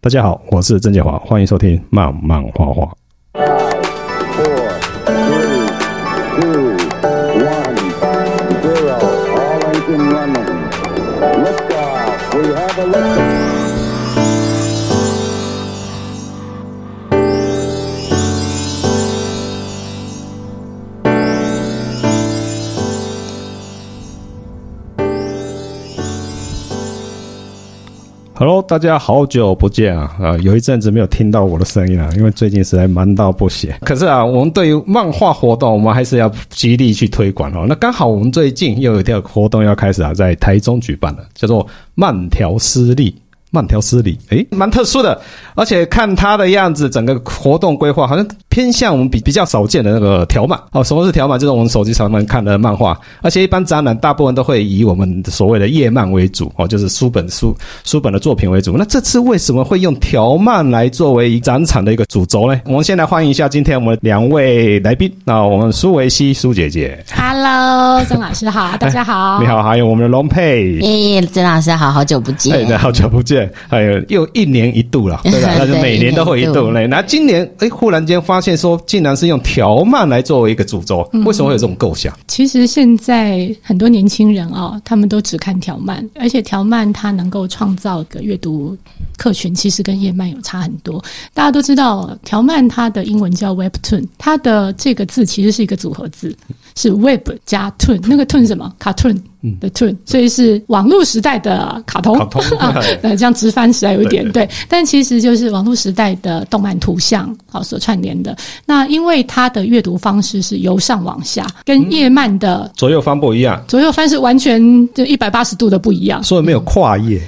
大家好，我是郑建华，欢迎收听《漫漫画画》。 four, three, two, one, zero. All engine running. Liftoff. We have a liftoff. ，Hello，大家好久不见啊！啊、有一阵子没有听到我的声音了、啊因为最近实在忙到不行。可是啊，我们对于漫画活动，我们还是要极力去推广哦。那刚好我们最近又有一条活动要开始啊，在台中举办了，叫做“慢条斯理”。慢条斯理，诶，蛮特殊的，而且看它的样子，整个活动规划好像偏向我们比比较少见的那个条漫哦。什么是条漫？就是我们手机上面看的漫画，而且一般展览大部分都会以我们所谓的页漫为主哦，就是书本书书本的作品为主。那这次为什么会用条漫来作为展场的一个主轴呢？我们先来欢迎一下今天我们两位来宾，那我们苏维西苏姐姐， Hello，曾哦老师好，大家好，你，好，还有我们的龙佩。耶，曾老师好，好久不见。哎，对，好久不见，还有又一年一度 了，对吧？那就对每年都会一一度年一度嘞。那今年哎，忽然间发现说，竟然是用条漫来作为一个主轴，嗯为什么会有这种构想？其实现在很多年轻人哦，他们都只看条漫，而且条漫它能够创造个阅读客群，其实跟页漫有差很多。大家都知道，条漫它的英文叫 webtoon，它的这个字其实是一个组合字，是 web 加 toon，那个 toon 是什么？cartoon 的 toon，、所以是网络时代的卡哦通。卡通 哎啊对，呃，这样直翻实在有一点对对但其实就是网络时代的动漫图像好所串联的。那因为它的阅读方式是由上往下，跟叶漫的左右方不一样，左右翻是完全就一百八十度的不一 样。所以没有跨 页，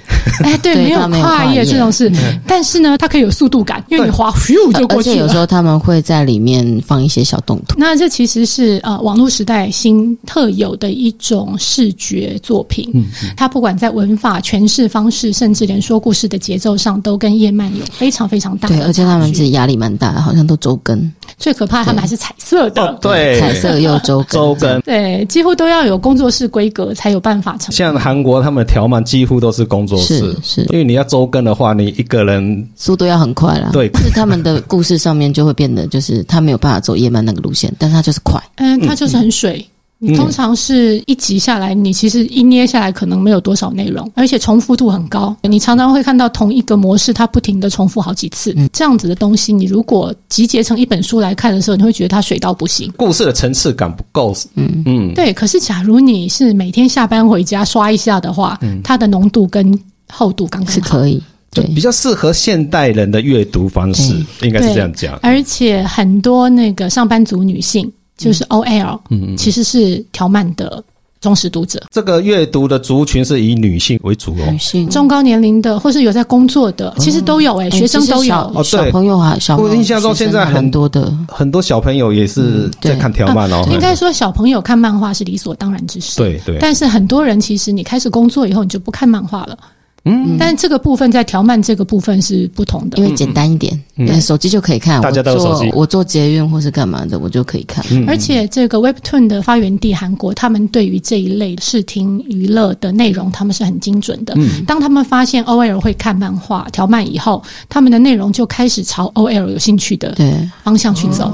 哎，对，对没有它没有跨跨页页这种事， 但是呢，它可以有速度感，因为你滑咻就而过去且有时了。候他们会在里面放一些小动图，那这其实是呃网络时代新特有的一种视觉作品，它不管在文法、诠释方式，甚至连说故事的节奏上，都跟叶漫有非常非常大的对，而且他们差距自己压力蛮大的，好像都周更，最可怕，他们还是彩色的。对彩色又周更，哎周更。对，几乎都要有工作室规格才有办法成。像韩国他们的条漫几乎都是工作室，是是因为你要周更的话，你一个人速度要很快啦。对就是他们的故事上面就会变得，就是他没有办法走夜漫那个路线，但他就是 快。嗯，它就是很水。嗯你通常是一集下来，你其实一捏下来可能没有多少内容，而且重复度很高。你常常会看到同一个模式，它不停的重复好几次。嗯这样子的东西，你如果集结成一本书来看的时候，你会觉得它水到不行。故事的层次感不够，嗯嗯，对，可是假如你是每天下班回家刷一下的话，嗯它的浓度跟厚度刚刚是好。可以，就对，比较适合现代人的阅读方式，应该是对这样啊讲。而且很多那个上班族女性，就是嗯 OL，、其实是条漫的忠实读者。这个阅读的族群是以女性为主哦女，性中高年龄的，或是有在工作的，其实都有诶、哎学生其实都有。小哦对小朋友啊，小朋友我印象中学现生在很嗯蛮多的，很多小朋友也是在看条漫哦，应该说，小朋友看漫画是理所当然之事。对对但是很多人其实你开始工作以后，你就不看漫画了。嗯，但这个部分在条漫这个部分是不同的因。为简单一点，对手机就可以看。嗯大家都有我坐手机我做捷运或是干嘛的，我就可以看。而且这个 Webtoon 的发源地韩国，他们对于这一类视听娱乐的内容，他们是很精准的。当他们发现 OL 会看漫画、条漫以后，他们的内容就开始朝 OL 有兴趣嗯的对，方向去走。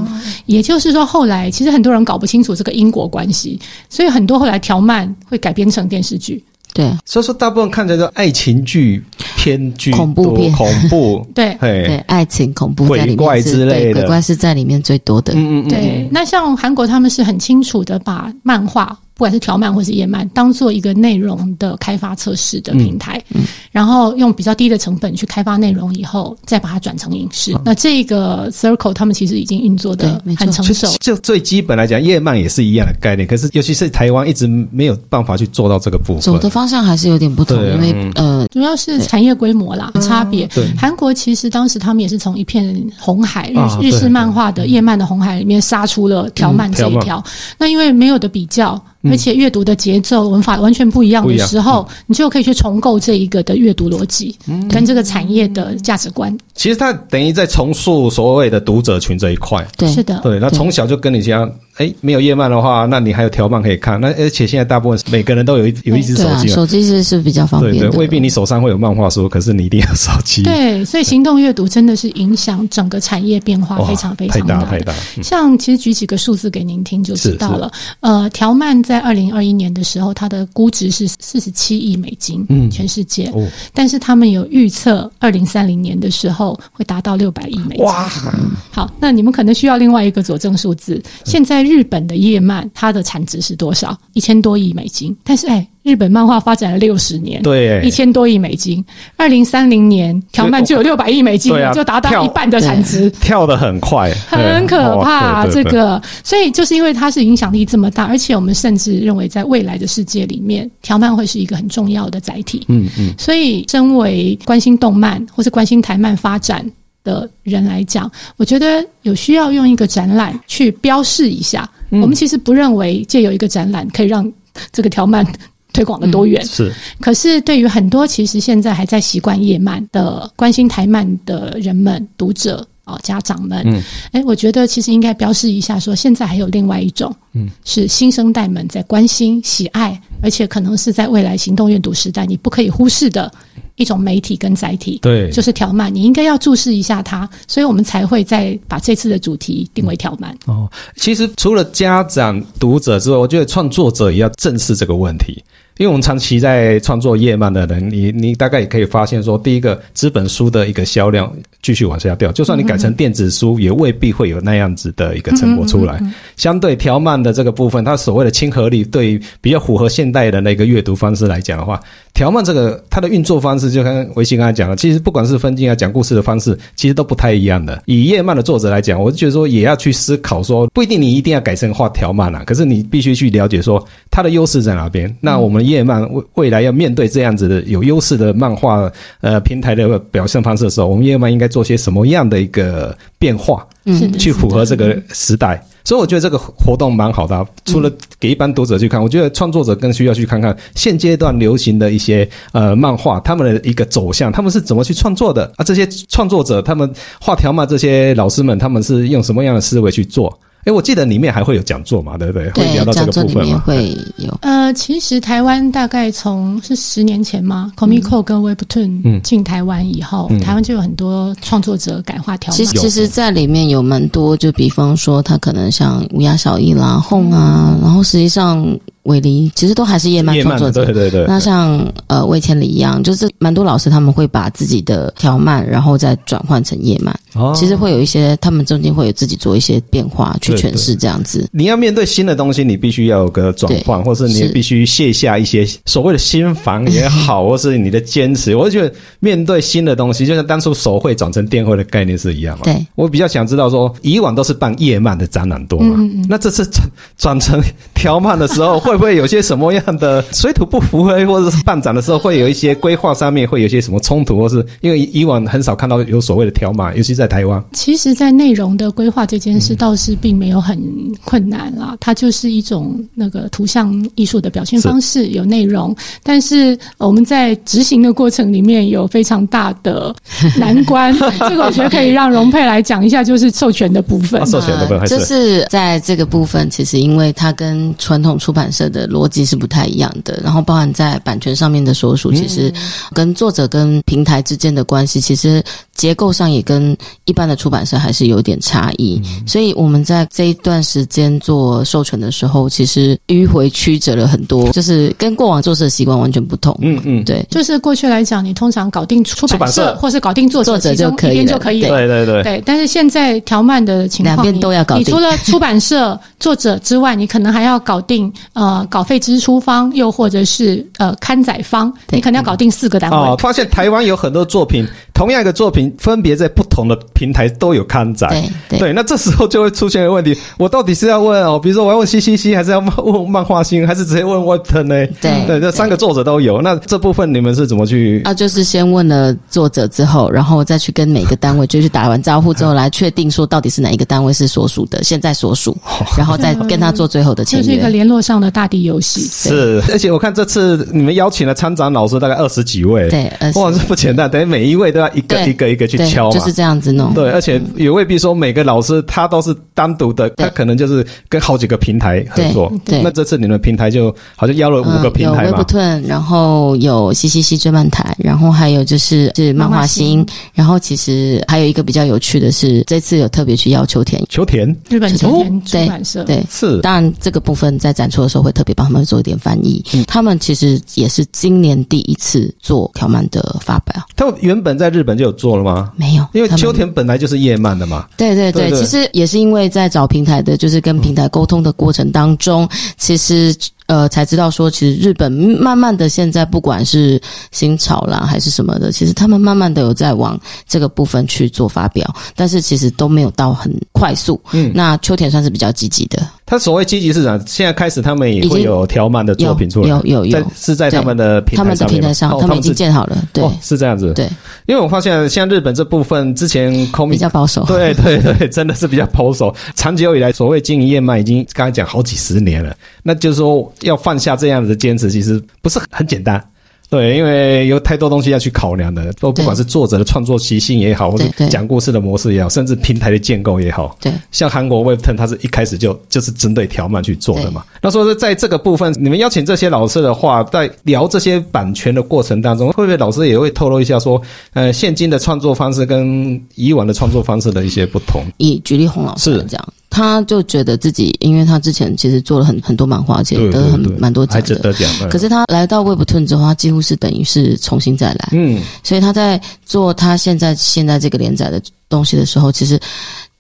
也就是说，后来其实很多人搞不清楚这个因果关系，所以很多后来条漫会改编成电视剧。，对，所以说大部分看起来都爱情剧、偏剧多、恐怖片恐怖 对对嘿，，爱情、恐怖在里鬼怪面之是类对的鬼怪是在里面最多的。嗯嗯嗯，对，那像韩国他们是很清楚的把漫画，不管是条漫或是页漫，当做一个内容的开发测试的平台，嗯然后用比较低的成本去开发内容，以后再把它转成影视。那这个 Circle 他们其实已经运作的嗯对没错很成就熟。就最基本来讲，夜漫也是一样的概念，可是尤其是台湾一直没有办法去做到这个部走分。的方向还是有点不同，对啊嗯因为、呃，主要是产业规模啦，差别。韩国其实当时他们也是从一片红海日、啊对嗯日式漫画的叶漫的红海里面杀出了条漫这条一漫嗯条。那因为没有的比较，而且阅读的节奏、文法完全不一样不一的样时候，嗯你就可以去重构这一个的阅读逻辑、跟这个产业的价值观。其实它等于在重塑所谓的读者群这一块。对，是的，对，那从小就跟你家哎，没有页漫的话，那你还有条漫可以看。那而且现在大部分每个人都有一有一只手对啊，机嘛，手机是是比较方便对的，对，未必你手上会有漫画书，可是你一定有手机。对，所以行动阅读真的是影响整个产业变化哇，非常非太常大的太大。嗯像其实举几个数字给您听就知道了。呃，条漫在二零二一年的时候，它的估值是四十七亿美金，嗯全世界。哦，但是他们有预测，二零三零年的时候会达到六百亿美金。哇，嗯好，那你们可能需要另外一个佐证数字。现在日本的叶漫它的产值是多少？一千多亿美金。但是哎，日本漫画发展了六十年，对，一千多亿美金。二零三零年条漫就有六百亿美金对了，啊就达到跳一半的产值。跳得很快，很可怕，这个，所以就是因为它是影响力这么大，而且我们甚至认为在未来的世界里面，条漫会是一个很重要的载体。嗯嗯，所以，身为关心动漫或是关心台漫发展的人来讲，我觉得有需要用一个展览去标示一下。我们其实不认为借由一个展览可以让这个条漫推广的多元，是可是，对于很多其实现在还在习惯夜漫的、关心台漫的人们、读者哦、家长们，嗯哎、我觉得其实应该标示一下说现在还有另外一种，嗯，是新生代们在关心、喜爱，而且可能是在未来行动阅读时代你不可以忽视的一种媒体跟载体。对，就是条漫，你应该要注视一下它，所以我们才会再把这次的主题定为条漫。哦，其实除了家长、读者之外，我觉得创作者也要正视这个问题。因为我们长期在创作页漫的人，你你大概也可以发现说，第一个纸本书的一个销量继续往下掉，就算你改嗯成电子书，也未必会有那样子的一个成果嗯出来。相对条漫的这个部分，它所谓的亲和力，对于比较符合现代人的一个阅读方式来讲的话，条漫这个它的运作方式，就跟维新刚才讲的，其实不管是分镜啊、讲故事的方式，其实都不太一样的。以叶漫的作者来讲，我就觉得说也要去思考说，不一定你一定要改成画条漫啊，可是你必须去了解说它的优势在哪边。那我们叶漫未未来要面对这样子的有优势的漫画呃平台的表现方式的时候，我们叶漫应该做些什么样的一个变化？是嗯的嗯去符合这。是个的时代。所以我觉得这个活动蛮好的啊、除了给一般读者去看，我觉得创作者更需要去看看现阶段流行的一些呃漫画，他们的一个走向，他们是怎么去创作的啊？这些创作者，他们画条漫这些老师们，他们是用什么样的思维去做？哎，我记得里面还会有讲座嘛，对不对？会嗯对聊到这讲个座部里分面嘛？嗯会有，呃，其实台湾大概从是十年前吗？Comico 跟 Webtoon 嗯进台湾以后，嗯台湾就有很多创作者改画条其漫实。其实，在里面有蛮多，就比方说他可能像乌鸦小艺啦、哄嗯啊，然后实际上伟黎其实都还是夜漫叶创漫作的，者对。对对，那像呃魏千里一样，就是蛮多老师他们会把自己的条漫，然后再转换成夜漫，哦其实会有一些他们中间会有自己做一些变化去对对诠释这样子。你要面对新的东西，你必须要有个转换，或是你是必须卸下一些所谓的心防也好，或是你的坚持。我就觉得面对新的东西，就像当初手绘转成电绘的概念是一样嘛。对，我比较想知道说，以往都是办夜漫的展览多嘛，嗯那这次转转成条漫的时候，会不会有些什么样的 水土不服哎，或者是办展的时候会有一些规划上面会有一些什么冲突，或是因为以往很少看到有所谓的条漫，尤其在台湾。其实，在内容的规划这件嗯事倒是并没有很困难啦，它就是一种那个图像艺术的表现方式，有内容。但是呃我们在执行的过程里面有非常大的难 关，这个我觉得可以让荣佩来讲一下，就是授权的部分啊。授权的部分还是就是在这个部分，其实因为它跟传统出版社的逻辑是不太一样的，然后包含在版权上面的所嗯属，其实跟作者跟平台之间的关系，其实结构上也跟一般的出版社还是有点差异。嗯所以我们在这一段时间做授权的时候，其实迂回曲折了很多，就是跟过往做事的习惯完全不同。嗯嗯，对，就是过去来讲，你通常搞定出出版版社社，或是搞定作作者其中就可一以边了就可以对了。对对对，对，但是现在条漫的情况，两边你都要搞定你除了出版 社、作者之外，你可能还要搞定呃稿费支出方，又或者是呃刊载方，对你可能要搞定四个单位。哦，发现台湾有很多作品，同样一个作品，分别在不同的平台都有刊载。对对那这时候就会出现一个问题：我到底是要问哦，比如说我要问 C C C，还是要问漫画星，还是直接问 Webton 呢？对对，这三个作者都有。那这部分你们是怎么去？啊，就是先问了作者之后，然后再去跟每个单位就是打完招呼之后，来确定说到底是哪一个单位是所属的，现在所属，然后再跟他做最后的这签是一个约。联络上的大地游戏。是，而且我看这次你们邀请了参展老师大概二十几位，对，呃，哇，这不简单，等于每一位都要要一个对一个一个去对，敲嘛就。是这样子弄。对，而且也未必说每个老师他都是单独的，他对可能就是跟好几个平台合作。对对那这次你们平台就好像邀了五个平台嗯、有嘛微不，顿，然后有西西西追漫台，然后还有就是是漫画漫星，然后其实还有一个比较有趣的是，这次有特别去要秋田，秋田日本球员出对版社，对。是当然，这个部分在展出的时候会特别帮他们做一点翻译。嗯他们其实也是今年第一次做条漫的发表，他们原本在日本就有做了吗？没有，因为他们秋田本来就是叶漫的嘛，对对对对，对其实也是因为在找平台的，就是跟平台沟通的过程当中，其实呃才知道说，其实日本慢慢的现在不管是新潮啦还是什么的，其实他们慢慢的有在往这个部分去做发表，但是其实都没有到很快速。嗯，那秋田算是比较积极的，他所谓积极市场，现在开始他们也已经会有条漫的作有品出来，有有在有，是在他们的平他台们的上平面吗台上哦，他们已是经建好了，对哦是这样子，对，因为我发现像日本这部分之前 c o 比较保守。对对对， 真的是比较保守。长久以来，所谓经营燕麦已经刚才讲好几十年了，那就是说要放下这样子的坚持，其实不是很简单。对，因为有太多东西要去考量的，都不对管是作者的创作习性也好，或者对对讲故事的模式也好，甚至平台的建构也好，对，像韩国 Webton，它是一开始就就是针对条漫去做的嘛。那所以说，在这个部分，你们邀请这些老师的话，在聊这些版权的过程当中，会不会老师也会透露一下说，呃，现今的创作方式跟以往的创作方式的一些不同？以举例洪老师是来讲，他就觉得自己，因为他之前其实做了很很多漫画，而且对得了很对对蛮多还奖值的。得讲。嗯可是他来到 Webtoon 之后，他几乎是等于是重新再来，嗯，所以他在做他现在现在这个连载的东西的时候，其实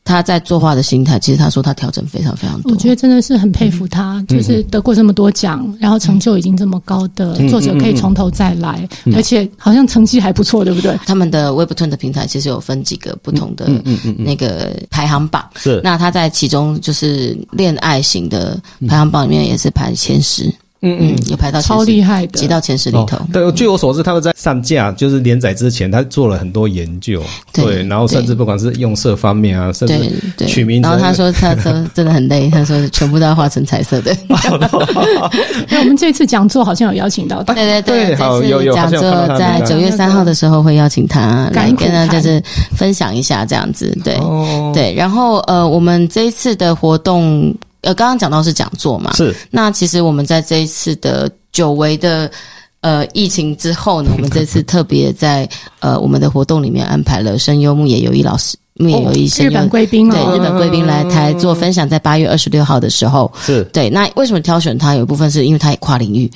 他在作画的心态，其实他说他调整非常非常多。我觉得真的是很佩服他，嗯就是得过这么多奖，然后成就已经这么高的嗯作者，可以从头再来，而且好像成绩还不错，对不对？他们的 Webtoon 的平台其实有分几个不同嗯的那个排行榜，是那他在其中就是恋爱型的排行榜里面也是排前十，嗯嗯，有排到前超十厉害挤的。到前十里哦头。，对，据我所知，他们在上架就是连载之前，他做了很多研究，对然后甚至对不管是用色方面啊，甚对至对，取名字然后他说，他 说真的很累，他说全部都要画成彩色的。哎那我们这次讲座好像有邀请到他，对对对好有这有次好讲像有看到他座在那个九月三号的时候会邀请他来甘苦跟他谈就是分享一下这样子。对哦，对，然后呃，我们这一次的活动，呃，刚刚讲到是讲座嘛，是那其实我们在这一次的久违的呃疫情之后呢，我们这次特别在呃我们的活动里面安排了声优木野由一老师，木野由一声日优本。贵宾对，哦日，本贵宾来台做分享，在八月二十六号的时候，是对，那为什么挑选他？有一部分是因为他也跨领域，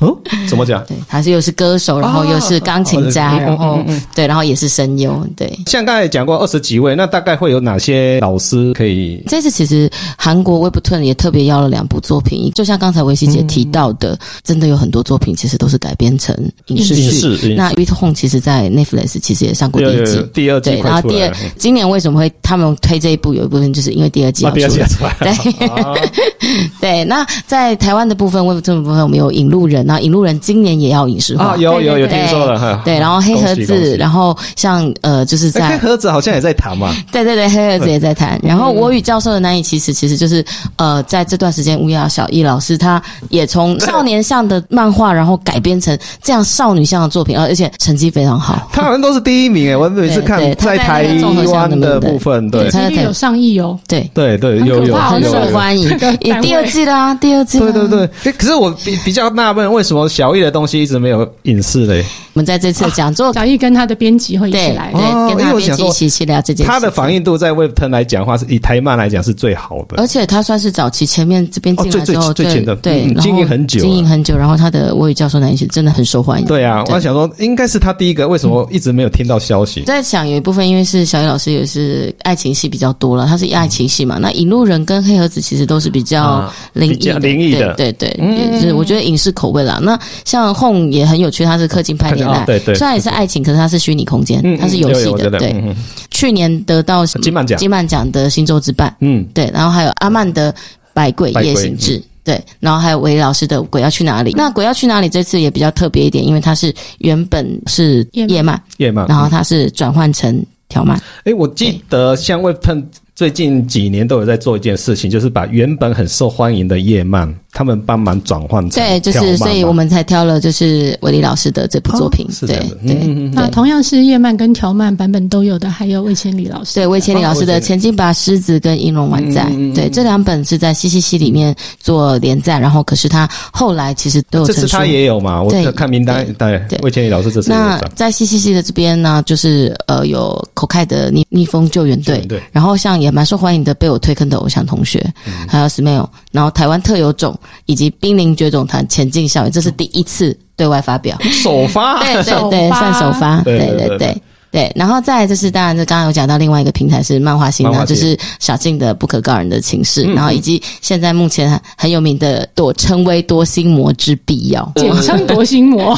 哦，怎么讲？对，他是又是歌手，然后又是钢琴家，哦然后对，然后也是声优，对。像刚才讲过二十几位，那大概会有哪些老师可以？这次其实韩国 Webtoon 也特别要了两部作品，就像刚才维希姐提到的，真的有很多作品其实都是改编成影视影剧。视影那《With Home》其实，在 Netflix 其实也上过第有一有季有，第二季对，然快后出第来二了，今年为什么会他们推这一部？有一部分就是因为第二季那要第二出季来要，出来了，对 对。那在台湾的部分 Webtoon 的部分，我们有《引路人》，那《引路人》今年也要影视化啊，，有有有对听说了哈。对，然后黑盒恭喜恭喜子，然后像呃，就是哎，在看盒子好像也在谈嘛，对对对，黑盒子也在谈。然后我与教授的难以启齿，其实就是呃，在这段时间，乌鸦小艺老师他也从少年向的漫画，然后改编成这样少女向的作品，而而且成绩非常好。他好像都是第一名哎，我每次对看对他在台那个综合项湾的的名单部分，对对他在几率台有上亿哦，对，对对，有有很可怕哦有很那受有。欢迎啊那个。也百位第二季啦，第二季啦。对对对，诶可是我比比较纳闷，为什么小艺的东西一直没有影视嘞？我们在这次的讲 座，小易跟他的编辑会一起对来。哦对，跟因为他我编想辑说一起去聊这件事。它的反应度在 Web Ten 来讲的话，是以台漫来讲是最好的。而且他算是早期前面这边哦进来最之后，最最前的对，嗯然后经营很久了经营很久。然后他的我与教授难以启齿真的很受欢迎。对啊，我想说应该是他第一个，为什么一直没有听到消息？在想有一部分，因为是小野老师也是爱情戏比较多了，他是爱情戏嘛。那引路人跟黑盒子其实都是比较嗯啊灵异比较的、灵异的嗯对对对，也是我觉得影视口味啦。那像 Home 也很有趣，它是氪金拍恋啊爱，对对虽然也是爱情，可是它是虚拟空间，它是游嗯有戏有我的觉，得对。嗯去年得到什么金漫奖金漫奖的新洲之伴，嗯，对，然后还有阿曼的《百鬼夜行志》对，然后还有韦老师的《鬼要去哪里》。那《鬼要去哪里》这次也比较特别一点，因为它是原本是夜漫夜漫，夜漫。然后它是转换成条漫，哎，我记得像 Web Ten 最近几年都有在做一件事情，就是把原本很受欢迎的夜漫他们帮忙转换成对，就条是漫所以嘛我们才挑了就是韦礼老师的这部作品哦是，这对样的对。嗯嗯嗯那同样是叶曼跟条漫版本都有的，还有魏千里老师。对，魏千里老师哦的魏《千前几把狮子》跟《银龙晚在》嗯嗯嗯嗯对，这两啊本是在西西西里面做连载，然后可是他后来其实都有这成次书。他也有嘛？我对看名单，对对魏千里老师这次也有那转，在西西西的这边呢，就是呃有口开的逆逆风救援队，对，然后像也蛮受欢迎的被我推坑的偶像同学，嗯还有 Smile，然后台湾特有种以及濒临绝种团前进校园，这是第一次对外发表，首发， 对对首对，发算首发，对对对对对对。对，然后再来就是，当然就刚刚有讲到另外一个平台是漫画新漫画啊，就新嗯是小静的《不可告人的情事》，然后以及现在目前很有名的多成为多心魔之必要。简称夺心 魔，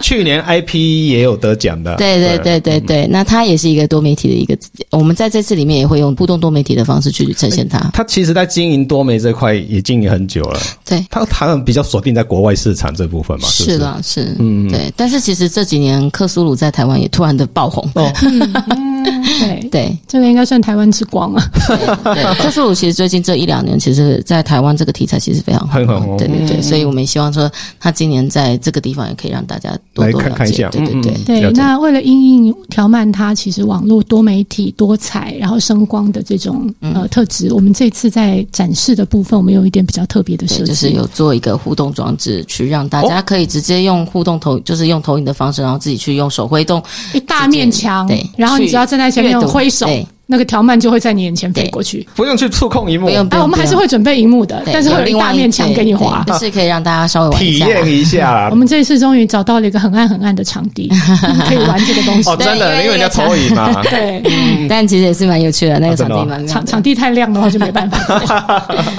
去年 IP 也有得奖的，对对啊对对嗯对，那它也是一个多媒体的一个，我们在这次里面也会用互动多媒体的方式去呈现它。他其实，在经营多媒这块也经营很久了。对，他他们比较锁定在国外市场这部分嘛，是不是啦，是，嗯，对。但是其实这几年克苏鲁在台湾也突然的爆红，哦， 对，对这个应该算台湾之光啊。 对，克苏鲁其实最近这一两年，其实在台湾这个题材其实非常很红嗯红，对对对，所以我们也希望说，他今年在这个地方也可以让大家多来多看了看一解下，，对对嗯嗯对。嗯对了，解那为了因应条漫它其实网络多媒体多彩，然后声光的这种嗯呃特质，我们这次在展示的部分，我们有一点比较特别的设计，对，就是有做一个互动装置，去让大哦家可以直接用互动投，就是用投影的方式，然后自己去用手挥动，一大面墙对，然后你去只要站在前面阅读挥手对，那个条漫就会在你眼前飞对过去。不用去触控荧幕 不，用，不啊，用我们还是会准备荧幕的，对但是会有有一另外大面墙给你滑对。对就是可以让大家稍微玩一体下啦。验一下 我。们这一次终于找到了一个很暗很暗的场地，可以玩这个东西哦，。对真的，因因为为人家投影嘛，对，嗯但其实也是蛮有趣的，那个啊真场的地哦蛮妙的场场地太亮的话就没办 法。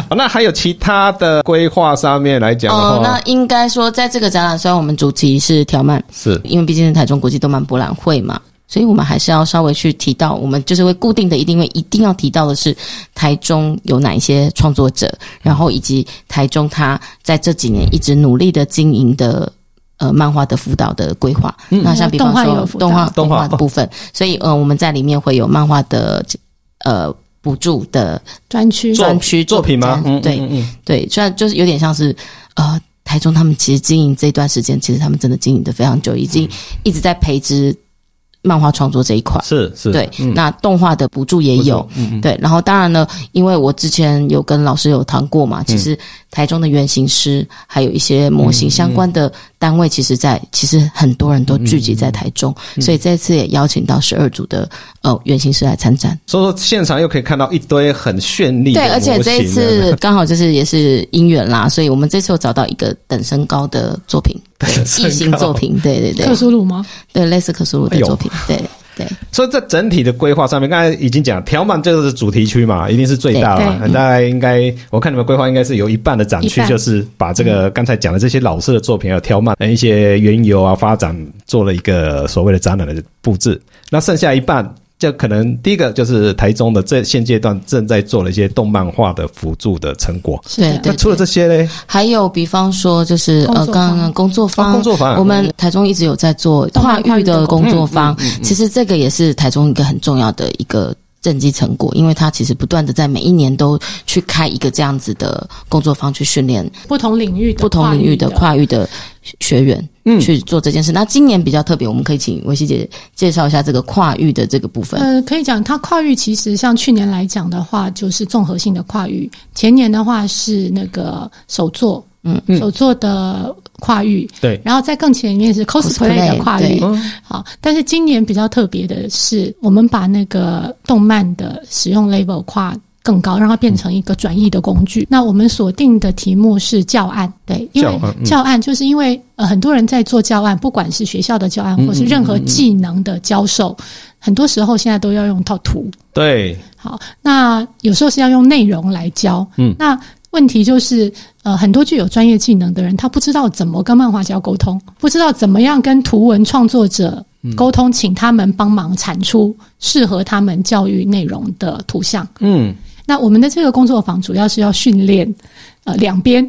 哦那还有其他的规划上面来讲的哦，那话，应该说，在这个展览，虽然我们主题是条漫， 是因为毕竟是台中国际动漫博览会嘛，所以我们还是要稍微去提到，我们就是会固定的一定会一定要提到的是台中有哪一些创作者，然后以及台中他在这几年一直努力的经营的。呃，漫画的辅导的规划，那像比嗯方动画也有说辅导动画动动画画的部分，所以呃，我们在里面会有漫画的呃补助的专区作专区作品吗？嗯作品展对嗯嗯对，虽然就是有点像是呃，台中他们其实经营这段时间，其实他们真的经营的非常久，已经一直在培植漫画创作这一块嗯。是是，对，嗯那动画的补助也不错有。嗯嗯对，然后当然呢，因为我之前有跟老师有谈过嗯嘛，其实台中的原型师还有一些模型相关的单位，其实在其实很多人都聚集嗯在台中，所以这次也邀请到十二组的呃原型师来参展。所以说现场又可以看到一堆很绚丽的对，而且模这一型啊 次刚好就是也是姻缘啦，所以我们这次有找到一个等身高的作品，异形作品，对对克对，苏鲁吗？对类似克苏鲁哎的呦作品，对对所以在整体的规划上面，刚才已经讲，条漫就是主题区嘛，一定是最大了嘛。对大概应该，我看你们规划应该是有一半的展一区，半嗯就是把这个刚才讲的这些老师的作品，还有条漫一些缘由啊发展，做了一个所谓的展览的布置。那剩下一半。就可能第一个就是台中的这现阶段正在做了一些动漫化的辅助的成果。是对的。那对。除了这些嘞，还有比方说就是工呃，作刚坊刚工作哦嗯坊工作坊我们台中一直有在做跨域的工作坊，其实这个也是台中一个很重要的一个。政绩成果，因为它其实不断的在每一年都去开一个这样子的工作坊，去训练不同领域的啊不同领域的跨跨域的学员，嗯，去做这件事。那今年比较特别，我们可以请维希姐姐介绍一下这个跨域的这个部分。呃，可以讲它跨域其实像去年来讲的话，就是综合性的跨域；前年的话是那个手作，嗯，手作的跨域，对然后再更前面是 cosplay 的跨域对。好，但是今年比较特别的是，我们把那个动漫的使用 level 跨。更高，让它变成一个转译的工具。那我们锁定的题目是教案，对，因为教案嗯教案就是因为呃很多人在做教案，不管是学校的教案，或是任何技能的教授，很多时候现在都要用到图。对，好，那有时候是要用内容来教。嗯那问题就是，呃，很多具有专业技能的人，他不知道怎么跟漫画家沟通，不知道怎么样跟图文创作者沟通，请他们帮忙产出适合他们教育内容的图像。嗯，那我们的这个工作坊主要是要训练，呃，两边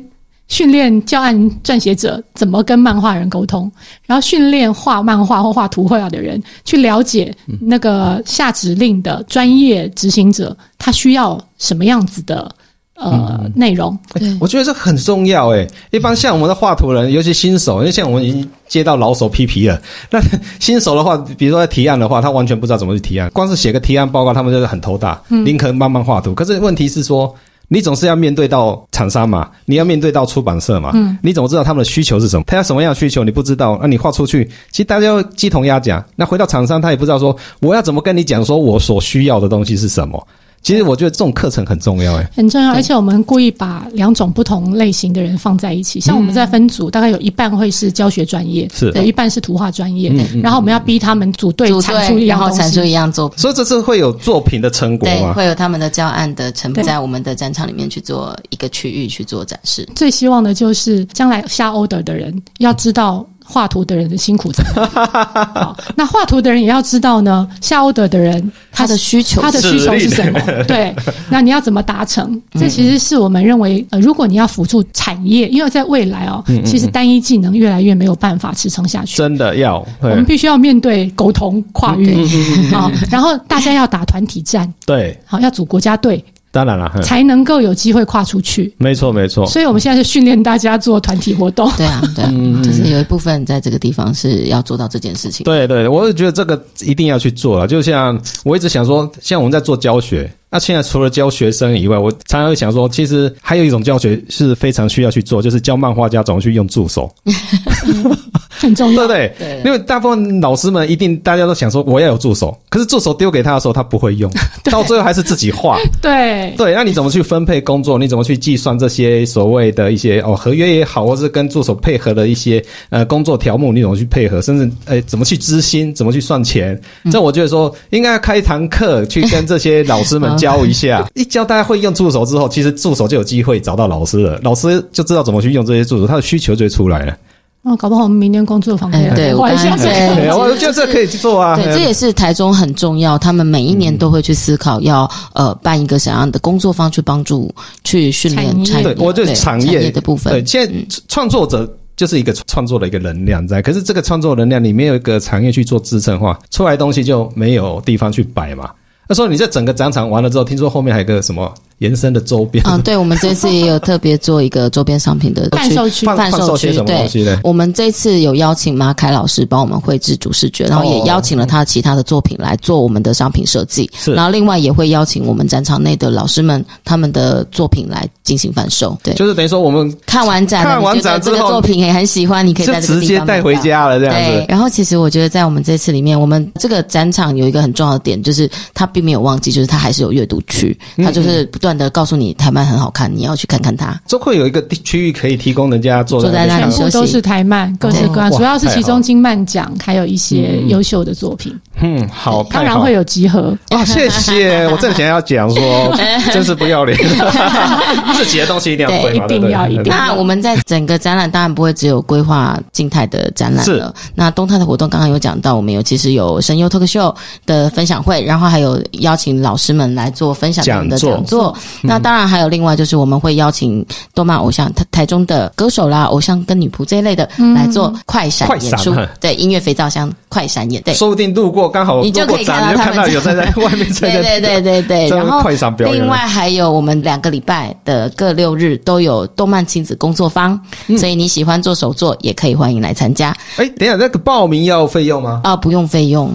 训练教案撰写者怎么跟漫画人沟通，然后训练画漫画或画图画的人去了解那个下指令的专业执行者他需要什么样子的呃内容。对我觉得这很重要诶。一般像我们的画图人，尤其新手，因为像我们已经接到老手批皮了。 那新手的话，比如说在提案的话，他完全不知道怎么去提案，光是写个提案报告，他们就是很头大，宁可慢慢画图。可是问题是说。你总是要面对到厂商嘛，你要面对到出版社嘛，你怎么知道他们的需求是什么？他要什么样的需求你不知道，那、你画出去，其实大家都鸡同鸭讲。那回到厂商，他也不知道说我要怎么跟你讲，说我所需要的东西是什么。其实我觉得这种课程很重要，哎诶。很重要，对而且我们故意把两种不同类型的人放在一起。像我们在分组，大概有一半会是教学专业，是有一半是图画专业。然后我们要逼他们组队组产出队，一然样后东产出西。一样作品。所以这次会有作品的成果对，吗？会有他们的教案的成对品在我们的战场里面去做一个区域去做展示。最希望的就是将来下 order 的人要知道。画图的人的辛苦在哪里好，那画图的人也要知道呢，下 order 的人他的需求他的需求是什么？对，那你要怎么达成？这其实是我们认为，呃，如果你要辅助产业，因为在未来哦，其实单一技能越来越没有办法支撑下去。真的要，我对们必须要面对沟通跨越， 好，然后大家要打团体战，对，好，要组国家队，当然了，哼才能够有机会跨出去。没错没错，所以我们现在是训练大家做团体活动，对 啊，对啊，就是有一部分在这个地方是要做到这件事情。对对，我也觉得这个一定要去做了。就像我一直想说，像我们在做教学，那现在除了教学生以外，我常常会想说，其实还有一种教学是非常需要去做，就是教漫画家怎么去用助手，很重对要不。对？对因为大部分老师们一定大家都想说我要有助手，可是助手丢给他的时候他不会用，到最后还是自己画。对，对，那你怎么去分配工作？你怎么去计算这些所谓的一些哦合约也好，或是跟助手配合的一些呃工作条目，你怎么去配合？甚至呃怎么去知心，怎么去算钱？这我觉得说应该要开一堂课去跟这些老师们教一下。一教大家会用助手之后，其实助手就有机会找到老师了，老师就知道怎么去用这些助手，他的需求就会出来了。哦，搞不好我们明天工作坊可以哎对来我玩一下刚才这在个。对，我觉得这可以做啊。对，这也是台中很重要。他们每一年都会去思考要呃办一个怎样的工作坊去帮助去训练产产业对业，，我就哎对产业的部分嗯对，。现在创作者就是一个创作的一个能量在，可是这个创作能量里面有一个产业去做支撑的话，出来的东西就没有地方去摆嘛。那时候你这整个展场完了之后，听说后面还有个什么延伸的周边，嗯，对，我们这次也有特别做一个周边商 品的半售区贩贩贩售售些区什么东对西呢？我们这次有邀请马凯老师帮我们绘制主视觉，然后哦也邀请了他其他的作品来做我们的商品设计，是然后另外也会邀请我们展场内的老师们他们的作品来进行贩售。对，就是等于说我们看完展了，看完展你觉得之这后个作品也很喜欢，你可以就在这个直地接方带买回到家了这样对子，。然后其实我觉得在我们这次里面，我们这个展场有一个很重要的点，就是它并没有忘记，就是它还是有阅读区，嗯它就是不断的告诉你台漫很好看，你要去看看它。就会有一个地区域可以提供人家做坐在那里看全休部息哦都是台漫，各式各样，对主要是哇其中金漫奖还有一嗯些优秀的作品，嗯，好，当太然 好会有集合。 哦，谢谢，我正想要讲说， 真是不要脸，自己的东西一定要推嘛，对对不对一定要一定要那我们在整个展览当然不会只有规划静态的展览了。那动态的活动刚刚有讲到，我们有其实有声优 talk show 的分享会，然后还有邀请老师们来做分享他们的讲座嗯讲座。那当然还有另外就是我们会邀请动漫偶像台台中的歌手啦、偶像跟女仆这一类的来做快闪快闪演出啊，对音乐肥皂箱快闪演对。说不定路过刚好你路就可过以展，看你到就他看到有们这样在在外面在对对对对对，在然后快闪表演另外还有我们两个礼拜的各六日都有动漫亲子工作坊，嗯所以你喜欢做手作也可以欢迎来参加哎，等一下，那个报名要费用吗？啊，不用费用。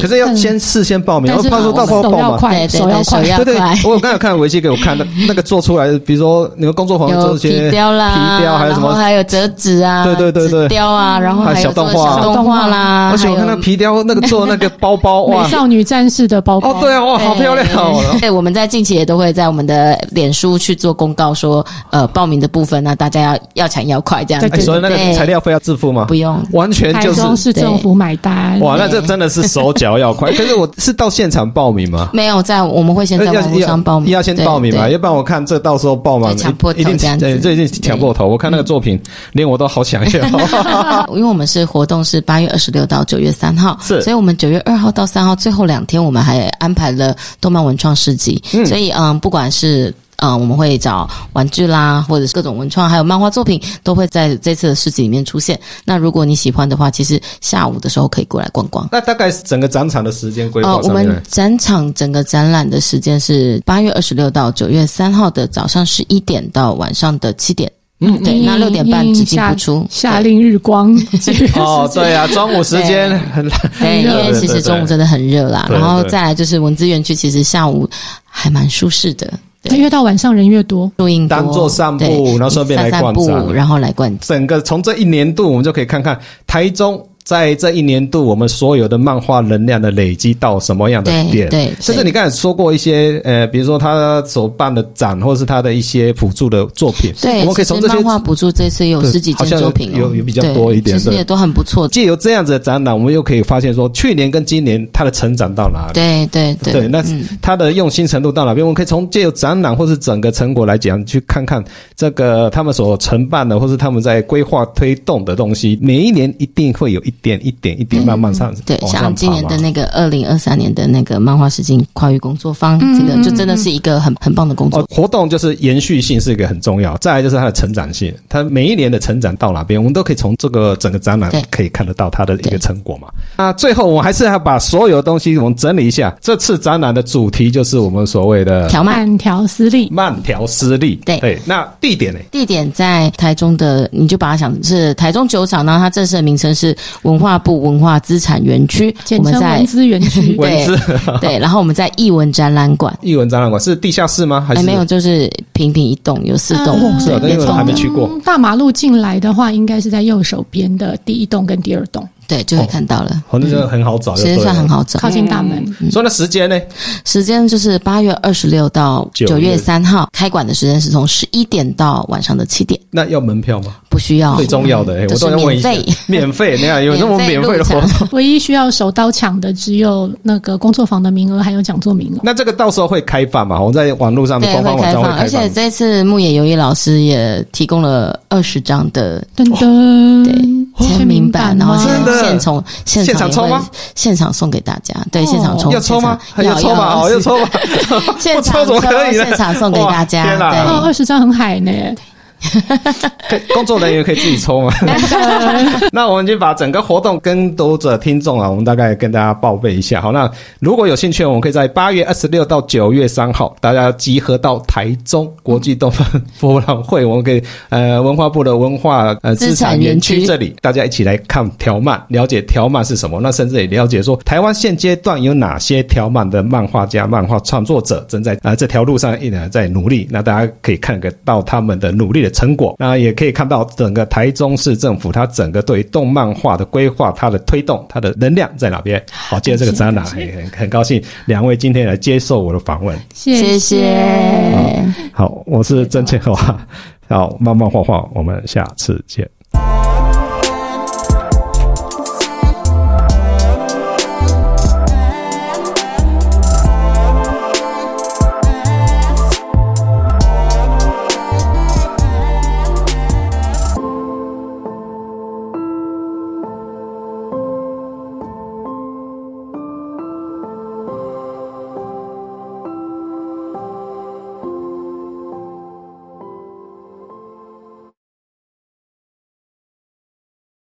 可，是要先事先报名，但我是怕说到时候手报要嘛。快，对对手要快对手。要对对快，我刚有看维基给我 看的，那个做出来的，比如说你们工作坊做有一皮些雕啦，皮雕还有什然后么，还有折纸啊，对对对对嗯纸雕啊，然后还有还有小动做画小动画啦，而且我还看有那个皮雕那个做那个包 包哇美，少女战士的包哦包，对啊，哇，好漂亮哦。对，对我们在近期也都会在我们的脸书去做公告说，呃，报名的部分呢，大家要要抢要快这样对哎，子。所以那个对材料费要自付吗不？用，完全台就是中市政府买单。哇，那这真的是手脚要 快。可是我是到现场报名吗？没有在，我们会先在要网络上报名，要先报名对嘛，对要不然我看这到时候报嘛，就强迫头一定这样子对，这一定强迫头。我看那个作品，连我都好想 要。因为我们是活动是八月二十六到九月三号，是所以我们九月二号到三号最后两天，我们还安排了动漫文创市集，所以嗯，不管是。呃，我们会找玩具啦，或者是各种文创，还有漫画作品，都会在这次的市集里面出现。那如果你喜欢的话，其实下午的时候可以过来逛逛。那大概是整个展场的时间规呃划，我上面们呢，展场整个展览的时间是八月二十六到九月三号的早上十一点到晚上的七点。嗯，对，那六点半只进不出。夏令日光这个 哦，对啊，中午时间很对，因为对其对实中午对真的很热啦，对对然后再来就是文资园区，其实下午还蛮舒适的，对越到晚上人越多，露营多当做散步对然后顺便来散散步逛展然后来逛展。整个从这一年度，我们就可以看看台中在这一年度我们所有的漫画能量的累积到什么样的对点。对，甚至你刚才说过一些，呃，比如说他所办的展，或者是他的一些辅助的作品，对，我们可以从这其实些漫画补助这次有对十几好件像作品、哦，有有比较对多一点其实对也都很不错。借由这样子的展览，我们又可以发现说，去年跟今年它的成长到哪里。对对对，嗯对，那它的用心程度到哪边？我们可以从借由展览或是整个成果来讲，去看看这个他们所承办的，或是他们在规划推动的东西。每一年一定会有一点一点一点慢慢上，嗯对，往上爬像嘛今年的那个二零二三年的那个漫画实境跨域工作坊，这个就真的是一个很很棒的工作哦，活动就是延续性是一个很重要，再来就是它的成长性，它每一年的成长到哪边，我们都可以从这个整个展览对可以看得到它的一个对成果嘛。那最后我还是要把所有东西我们整理一下，这次展览的主题就是我们所谓的条漫。慢条斯理。慢条斯理。对对，那地点呢？地点在台中的，你就把它想是台中酒厂，然后它正式的名称是文化部文化资产园区。简我们称在文资园 区，文对字对，然后我们在艺文展览馆，艺文展览馆是地下室吗？还哎，是没有，？就是平平一栋，有四栋，哦是啊，对因为没我还没错去过。嗯大马路进来的话，应该是在右手边的第一栋跟第二栋，对，就会看到了，哦，那就很好找，其实算很好。好找。靠近大门。所以那时间呢？时间就是八月二十六到9 9月月三号，开馆的时间是从十一点到晚上的七点，那要门票吗？不需要嗯最重要的，哎我哦都是都要问一免下费，免费，你看有那么免免费费的入活场动。唯一需要手刀抢的只有那个工作坊的名额，还有讲座名额。那这个到时候会开放嘛？我在网络上对官方会网开站会放，而开放且。这次牧野由一老师也提供了二十张的噔对噔，哦签名版，然后吗哦真的现从现现场场也抽会吗现场送给大家，对，现场抽要抽吗？现要场抽吧，哦，要抽吧， 现不抽场怎么可以呢？现场送给大哇家天哪哦，对二十张很海 呢，可以工作人员可以自己抽 吗？那我们就把整个活动跟读者听众啊，我们大概跟大家报备一下。好，那如果有兴趣，我们可以在八月二十六到九月三号，大家集合到台中国际动漫博览会，我们可以呃文化部的文化呃资资产产园园区区这里，大家一起来看条漫，了解条漫是什么，那甚至也了解说台湾现阶段有哪些条漫的漫画家、漫画创作者正在啊、呃这条路上一直在努力。那大家可以看得到他们的努力的成果，那也可以看到整个台中市政府它整个对动漫画的规划、它的推动、它的能量在哪边。好，借着这个展览，很很很高兴两位今天来接受我的访问。谢谢谢。好，我是郑倩华，好，慢慢画画，我们下次见。